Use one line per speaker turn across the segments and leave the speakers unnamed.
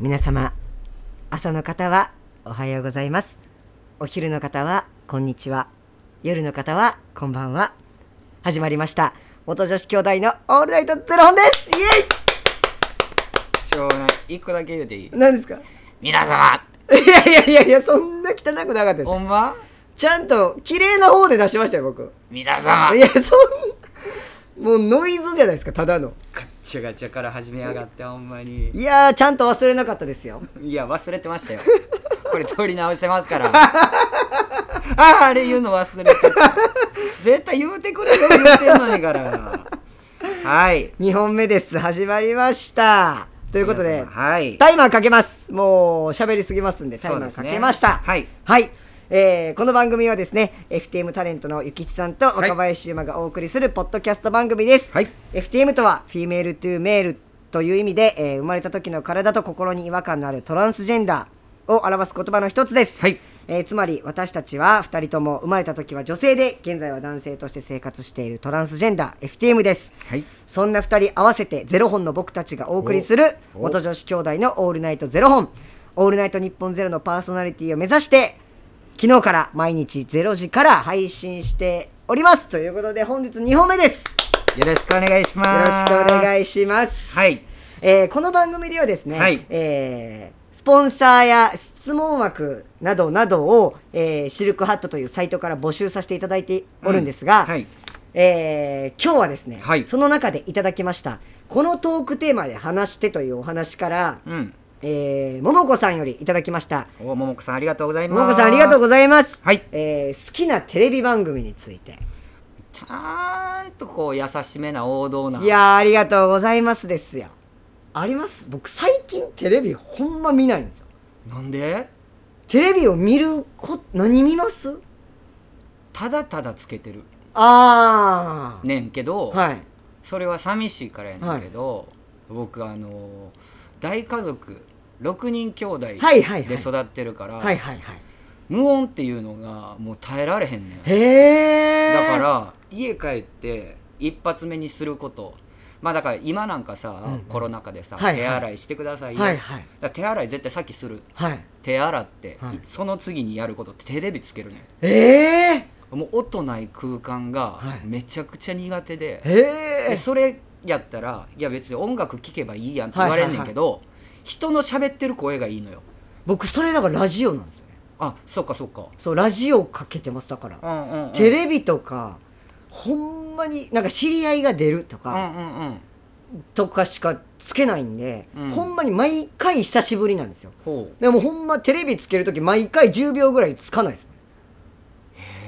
皆様朝の方はおはようございますお昼の方はこんにちは夜の方はこんばんは始まりました元女子兄弟のオールナイトゼロ本ですイ
しょうがない一個だけ言うていい
エイ何ですか
皆様
いやいやいやいやそんな汚くなかったです
ほんま
ちゃんと綺麗な方で出しましたよ僕
皆様
いやそんもうノイズじゃないですかただの
ガッチャガチャから始めやがってほんまに
いやーちゃんと忘れなかったですよ
いや忘れてましたよこれ取り直してま すからあああれ言うの忘れてた絶対言うてくれよ言うてんのにからはい
2本目です始まりましたと
と
いうことで
はい
タイマーかけますもう喋りすぎますんでタイマーかけました、
そうですねはい
はいえーこの番組はですね FTM タレントのゆきちさんと若林優馬がお送りするポッドキャスト番組です、
はい
FTM とはフィメールトゥーメールという意味で、えー生まれた時の体と心に違和感のあるトランスジェンダーを表す言葉の一つです、
はい
えーつまり私たちは2人とも生まれた時は女性で現在は男性として生活しているトランスジェンダー FTM です
はい
そんな2人合わせてゼロ本の僕たちがお送りする
お
元女子兄弟のオールナイトゼロ本オールナイト日本ゼロのパーソナリティを目指して昨日から毎日0時から配信しておりますということで本日2本目です
よろしくお願いし
よろ
ま
し
す
くお願い
し
します。
はい
えーこの番組ではですね、
はい
えースポンサーや質問枠などなどを、えーシルクハットというサイトから募集させていただいておるんですが、
はい
えー今日はですね、
はい
その中でいただきました、このトークテーマで話してというお話から、
うん
えー、ももこさんよりいただきました。
おももこさんありがとうございます
ももこさんありがとうございます。
はい
えー好きなテレビ番組について。
ちゃんとこう優しめな王道ない
やーありがとうございますですよあります僕最近テレビほんま見ないんですよ
なんで
テレビを見るこ何見ます
ただただつけてる
ああ、
ねんけど、
はい
それは寂しいからやねんけど、僕あの大家族6人兄弟
いはいはい
で育ってるから、
はいはいはい
無音っていうのがもう耐えられへんねんだ
へえ
から家帰って一発目にすることまあだから今なんかさ、
うん
コロナ禍でさ、
はいはい
手洗いしてくださいよ、
はいはい
だから手洗い絶対先する
はい
手洗って、
はい
その次にやることってテレビつけるね
ええ
んもう音ない空間が
はい
めちゃくちゃ苦手で、
ええ
でそれやったらいや別に音楽聴けばいいやんって言われんねんけど、人の喋ってる声がいいのよ
僕それだからラジオなんですよね
あそっかそっか、
そうラジオかけてますだから、
うんうん
テレビとかほんまになんか知り合いが出ると
う
か、
んうんうん
とかしかつけないんで、
うん
ほんまに毎回久しぶりなんですよ
ほう
でもほんまテレビつける時毎回10秒ぐらいつかないです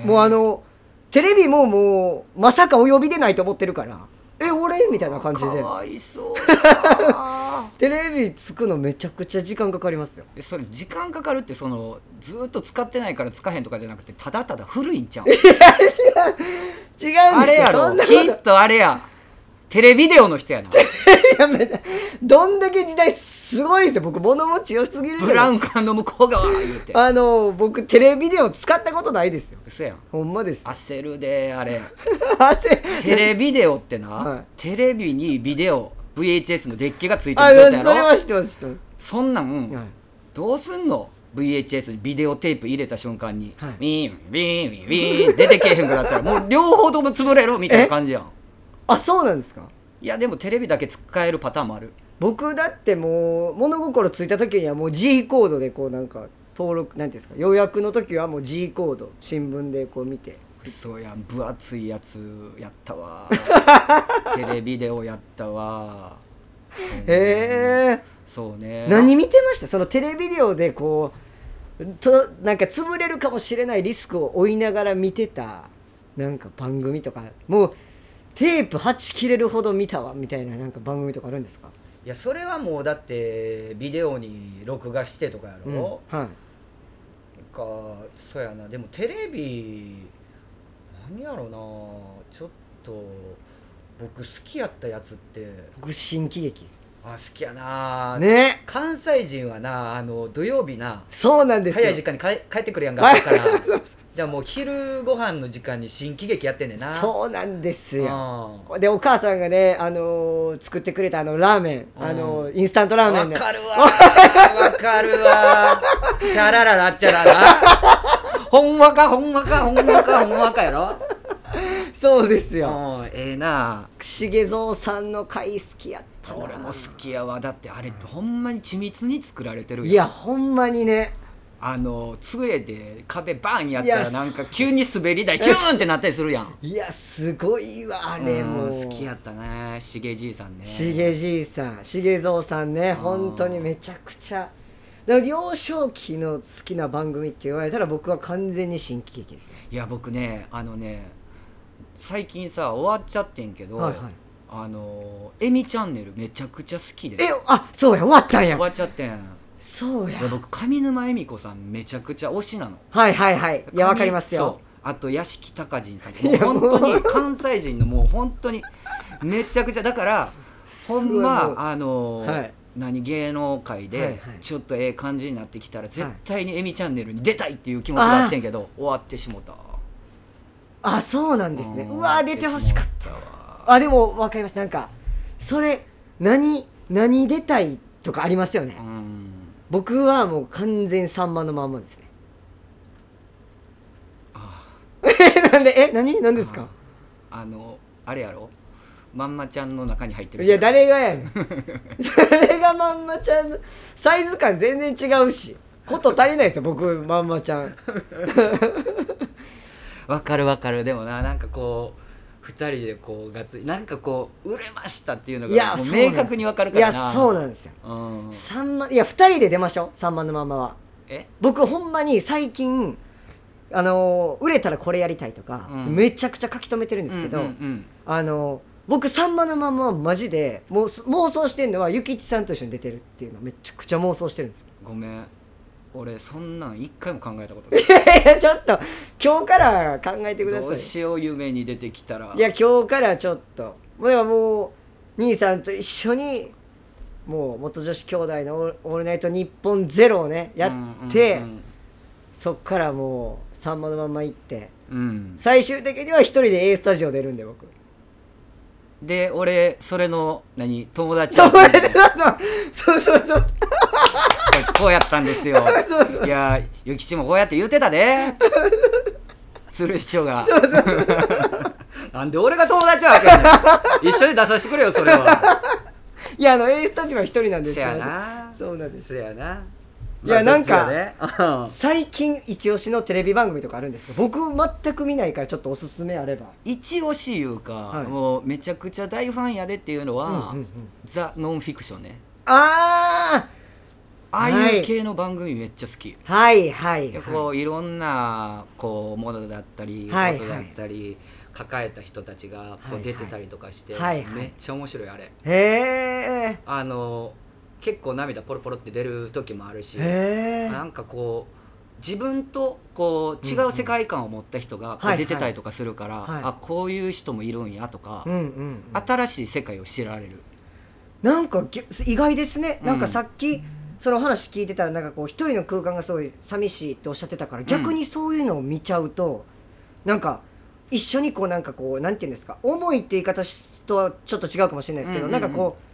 へー
もうあのテレビももうまさかお呼びでないと思ってるからえ俺みたいな感じで
かわいそうだな
テレビつくのめちゃくちゃ時間かかりますよ
えそれ時間かかるってそのずーっと使ってないから使えへんとかじゃなくてただただ古いんちゃう
違うん
あ
で
れ
すよ
や
そ
ろ
んなこ
きっとあれやテレビデオの人やな
とやめてどんだけ時代すごいですよ僕物持ち良すぎるじゃない
ブラウン管の向こう側言うて
あの僕テレビデオ使ったことないですよ
嘘やん
ほんま です
焦るであれ
汗
テレビデオってな、
はい
テレビにビデオ VHS のデッキがついて
あ
る
そ
状態や
れ
ろ
は知ってます知ってます
そんなん、
はい
どうすんの VHS にビデオテープ入れた瞬間に、
はい
ビーンビーンビーンビーン出てけえへんくなったらもう両方とも潰れろみたいな感じやん
あそうなんですか
いやでもテレビだけ使えるパターンもある
僕だってもう物心ついた時にはもう G コードでこうなんか登録なんていうんですか予約の時はもう G コード新聞でこう見て
嘘やん分厚いやつやっ たわテレビデオやったわ
へえ
そうね
何見てましたそのテレビデオでこうとなんか潰れるかもしれないリスクを負いながら見てたなんか番組とかもうテープ8切れるほど見たわみたいななんか番組とかあるんですか、
いやそれはもうだってビデオに録画してとかや
うん
ろ、
はい、
かそうやなでもテレビ何やろなちょっと僕好きやったやつって
僕新喜劇です
あ好きやな、
ね
関西人はなあの土曜日な
そうなんですよ
早い時間に帰帰ってくるやんか
はい
だからじゃあもう昼ご飯の時間に新喜劇やってんねんな
そうなんです
う
よ
ん
でお母さんがね、あのー作ってくれたあのラーメン、
うん
あのーインスタントラーメンね
わかるわわかるわチャラララチ ャララほんわかほんわかほんわかほんわかやろ
そうですよ
うんええな
重蔵さんの回好きやったな
俺も好きやわだってあれほんまに緻密に作られてるん
いやほんまにね
あの杖で壁バーンやっ
い
た
や
らなんか急に滑り台キューンってなったりするやん
いやすごいわあれも
う
うん
好きやったねしげじいさんね
しげじいさん重蔵さんね本当にめちゃくちゃだから幼少期の好きな番組って言われたら僕は完全に新喜劇ですね
いや僕ねあのね最近さ終わっちゃってんけど、
はいはい
あのえみチャンネルめちゃくちゃ好きで
えあそうや終わったんや
終わっちゃってん
そうや
いや僕上沼恵美子さんめちゃくちゃ推しなの
はいはいはいいやわかりますよ
そうあと屋敷隆人さん
い
もう
やもう
本当に関西人のもう本当にめちゃくちゃだからほ ん
すごいもう
まあの、
はい
何芸能界
はいは
で
い
ちょっとええ感じになってきたら絶対に「えみチャンネル」に出たいっていう気持ちがあってんけど終わってしもた
あそうなんですねうわ出てほしかった
たわ
あでもわかりますなんかそれ何何出たいとかありますよね、
うん
僕はもう完全さんまのまんまですね
あ
え なんでえ何何ですか
ああのあれやろまんまちゃんの中に入ってる
いや誰が やねん誰がまんまちゃんのサイズ感全然違うしこと足りないですよ僕まんまちゃん
わかるわかるでもななんかこう二人でこうがついなんかこう売れましたっていうの
いや
がもう
そうなんです
明確にわかるから
い
な
やそうなんですよ
うん
さんまいや2人で出ましょうさんまのまんまは
え
僕ほんまに最近あのー売れたらこれやりたいとか、
うん
めちゃくちゃ書き留めてるんですけど、
うんうん
あの僕さんまのまんまはマジでもうす妄想してるのは諭吉さんと一緒に出てるっていうのめちゃくちゃ妄想してるんですよ
うんごめん俺そんなん一回も考えた こと ない
いやちょっと今日から考えてくだ
ど
さ
う
い
しよう夢に出てきたら
いや今日からちょっともうでももう兄さんと一緒にもう元女子兄弟のオール「オールナイトニッポンゼロをねやって、
うん
そっからもうさんまのまんま行って
うんうん
最終的には一人で A スタジオ出るんで僕
で俺それの何友 達
友達
こ
そうそうそうそう
いつこうやったんですよ
そうそ
いや諭吉もこうやって言うて たで鶴瓶師匠が なんで俺が友達やわけねん一緒に出させてくれよそれはい
やあの A スタジオは一人なんです
せ
よ
やな
そうなんです
せやない
やなんか
か
最近一押しのテレビ番組とかあるんですか僕全く見ないからちょっとおすすめあれば
一押しいうか、
はい
もうめちゃくちゃ大ファンやでっていうのは、
うんうんうん
ザ・ノンフィクションね
あ
ああ
はいいう
系の番組めっちゃ好き、
あはいはい
いや
は
こういろんなこうものだったりこ
はい
とだったり、抱えた人たちがこ
は
う
い
出てたりとかして、
はいはい
めっちゃ面白いあれ
いへえ
あの結構涙ポロポロって出る時もあるし
へえ
なんかこう自分とこう違う世界観を持った人がこ
うんう
うん出てたりとかするから、
はいはいはい
あこういう人もいるんやとか、
うんうんうん
新しい世界を知られる
なんかぎゅ意外ですね
うん
なんかさっきその話聞いてたらなんかこう一人の空間がすごい寂しいっておっしゃってたから逆にそういうのを見ちゃうとなんか一緒にこうなんかこうなんて言うんですか重いって言い方しとはちょっと違うかもしれないですけど
うんうん
な
うんん
かこう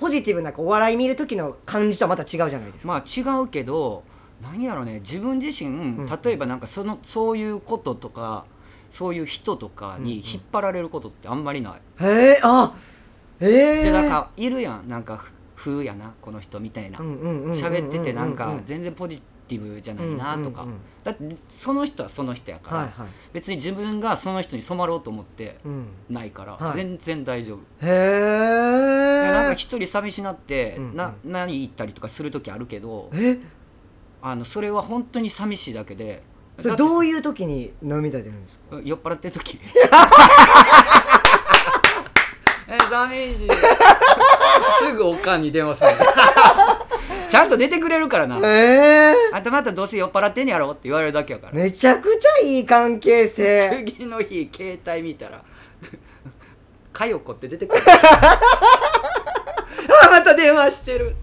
ポジティブなこうお笑い見る時の感じとはまた違うじゃないですか
まあ違うけどなんやろね自分自身
ん
例えばなんかそのそういうこととかそういう人とかに引っ張られることってあんまりない、
へえあええ
じゃあなんかいるやんなんかふ風やなこの人みたいな喋
喋
っててなんか全然ポジティブじゃないなとか
うんうんうん
だってその人はその人やから、
はいはい
別に自分がその人に染まろうと思って
うん
ないから、
はい
全然大丈夫
へ
なんか
え
一人寂しなって、
うんうん
な何言ったりとかする時あるけど
え
あのそれは本当に寂しいだけで
それ
だっ
どういう時に涙出るんですか
て酔っ払って る時え寂しいすぐおかんに電話 するちゃんと出てくれるからな
ええ
あんたまたどうせ酔っ払ってんやろって言われるだけやから、
めちゃくちゃいい関係 性
次の日携 帯見たら「かよこ」って出てくるあ
らまた電話してる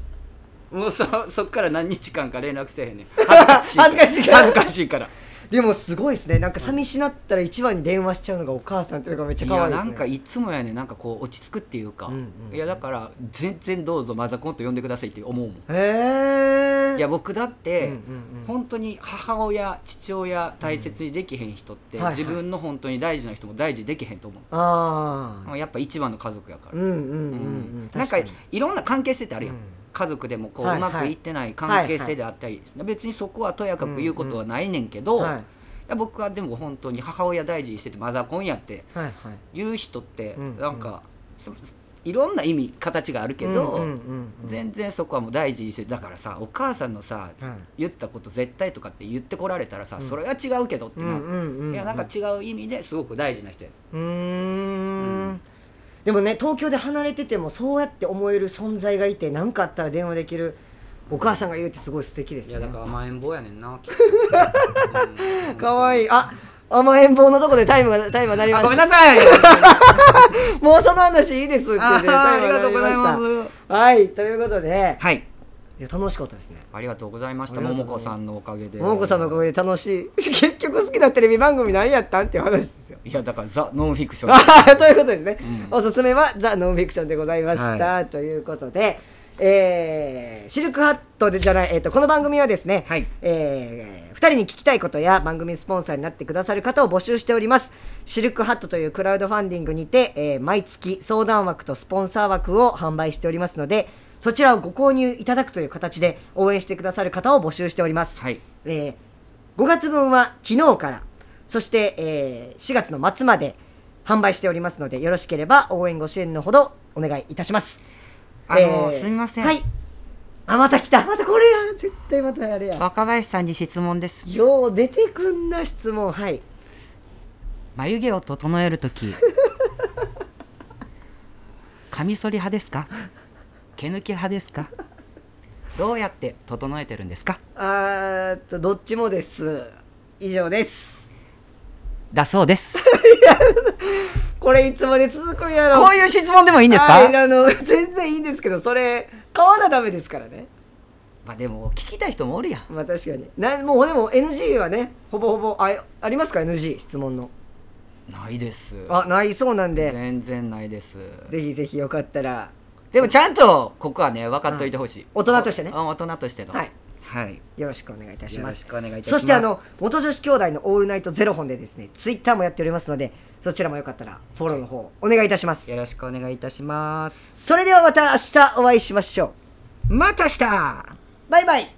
もうそそっから何日間か連絡せえへんねん
恥ずかしいから
恥ずかしいから
でもすごいですねなんか寂しなったら一番に電話しちゃうのがお母さんっていうのがめっちゃ
い
可愛
や
いです
な
ね
んかいつもやねなんかこう落ち着くっていうか、
うんうんうん
いやだから全然どうぞマザコンと呼んでくださいって思うもん
へえ
いや僕だって、
うんうんうん
本当に母親父親大切にできへん人って、
うんはいはい
自分の本当に大事な人も大事できへんと思
あ
う、
あ
やっぱ一番の家族やから、
うんうんうん
うん
うん
なんか
確
いろんな関係性ってあるやん、
うん
家族でもこう,、
はいはいう
まくいってない関係性であったり、別にそこはとやかく言うことはないねんけど、
にはい
いや僕はでも本当に母親大事にしててマザコンやって
はいはい
言う人って
うん
なんか、そいろんな意味形があるけど、
うんうんうんうん
全然そこはもう大事にしてだからさお母さんのさ
はい
言ったこと絶対とかって言ってこられたらさ、
うん
それは違うけどって
う
な、
んうんうんうん
いやなんか違う意味ですごく大事な人や
うーんでもね東京で離れててもそうやって思える存在がいて何かあったら電話できるお母さんがいるってすごい素敵です
い
ね
やだから甘えん坊やねんな
かわいいあ甘えん坊のとこでタイムがタイムが鳴りま
あ
した
ごめんなさい
もうその話いいですって言って
あ
タイ
ー
ムが鳴
ありがとうございます
はいということで
はい
いや楽しかったですね
ありがとうございまし
あ
た
りが
も
とう
も
ご
こ
ざいます
さんのおかげで
桃子さんのおかげで楽しい 結局好きなテレビ番組何やったんっていう話ですよ
いやだからザ・ノンフィクション
ああ、ということですね、
うん
おすすめはザ・ノンフィクションでございました、
は
ということで、えーシルクハットでじゃない、えっとこの番組はですね、
はい
え2人に聞きたいことや番組スポンサーになってくださる方を募集しておりますシルクハットというクラウドファンディングにて、えー毎月相談枠とスポンサー枠を販売しておりますのでそちらをご購入いただくという形で応援してくださる方を募集しております、
はい
えー5月分は昨日からそして、えー4月の末まで販売しておりますのでよろしければ応援ご支援のほどお願いいたします
あのすみません
はいあまた来たまたこれや絶対またあれや
若林さんに質問です
よう出てくんな質問はい
眉毛を整える ときカミソリ派ですか毛抜き派ですかどうやって整えてるんですか
あーっとどっちもです以上です
だそうです
これいつまで続くんやろ
こういう質問でもいい
い
んです
はい、
か
あの全然いいんですけどそれ買わなダメですからね
まあでも聞きたい人もおるやん
まあ確かになんもうでも NG はねほぼほぼあありますか NG 質問の
ないです
あないそうなんで
全然ないです
ぜひぜひよかったら
でもちゃんとここはね分かっといてほしい、
大人としてね
うん大人としての
はい、
はい、
よろしくお願いいたし
よ
ま
ろ
す
しくお願いいたし
そ
ます
してあの元女子兄弟の「オールナイトゼロ本」でですねツイッターもやっておりますのでそちらもよかったらフォローの方お願いいたします
よろしくお願いいたします
それではまた明日お会いしましょ
また明日
うバイバイ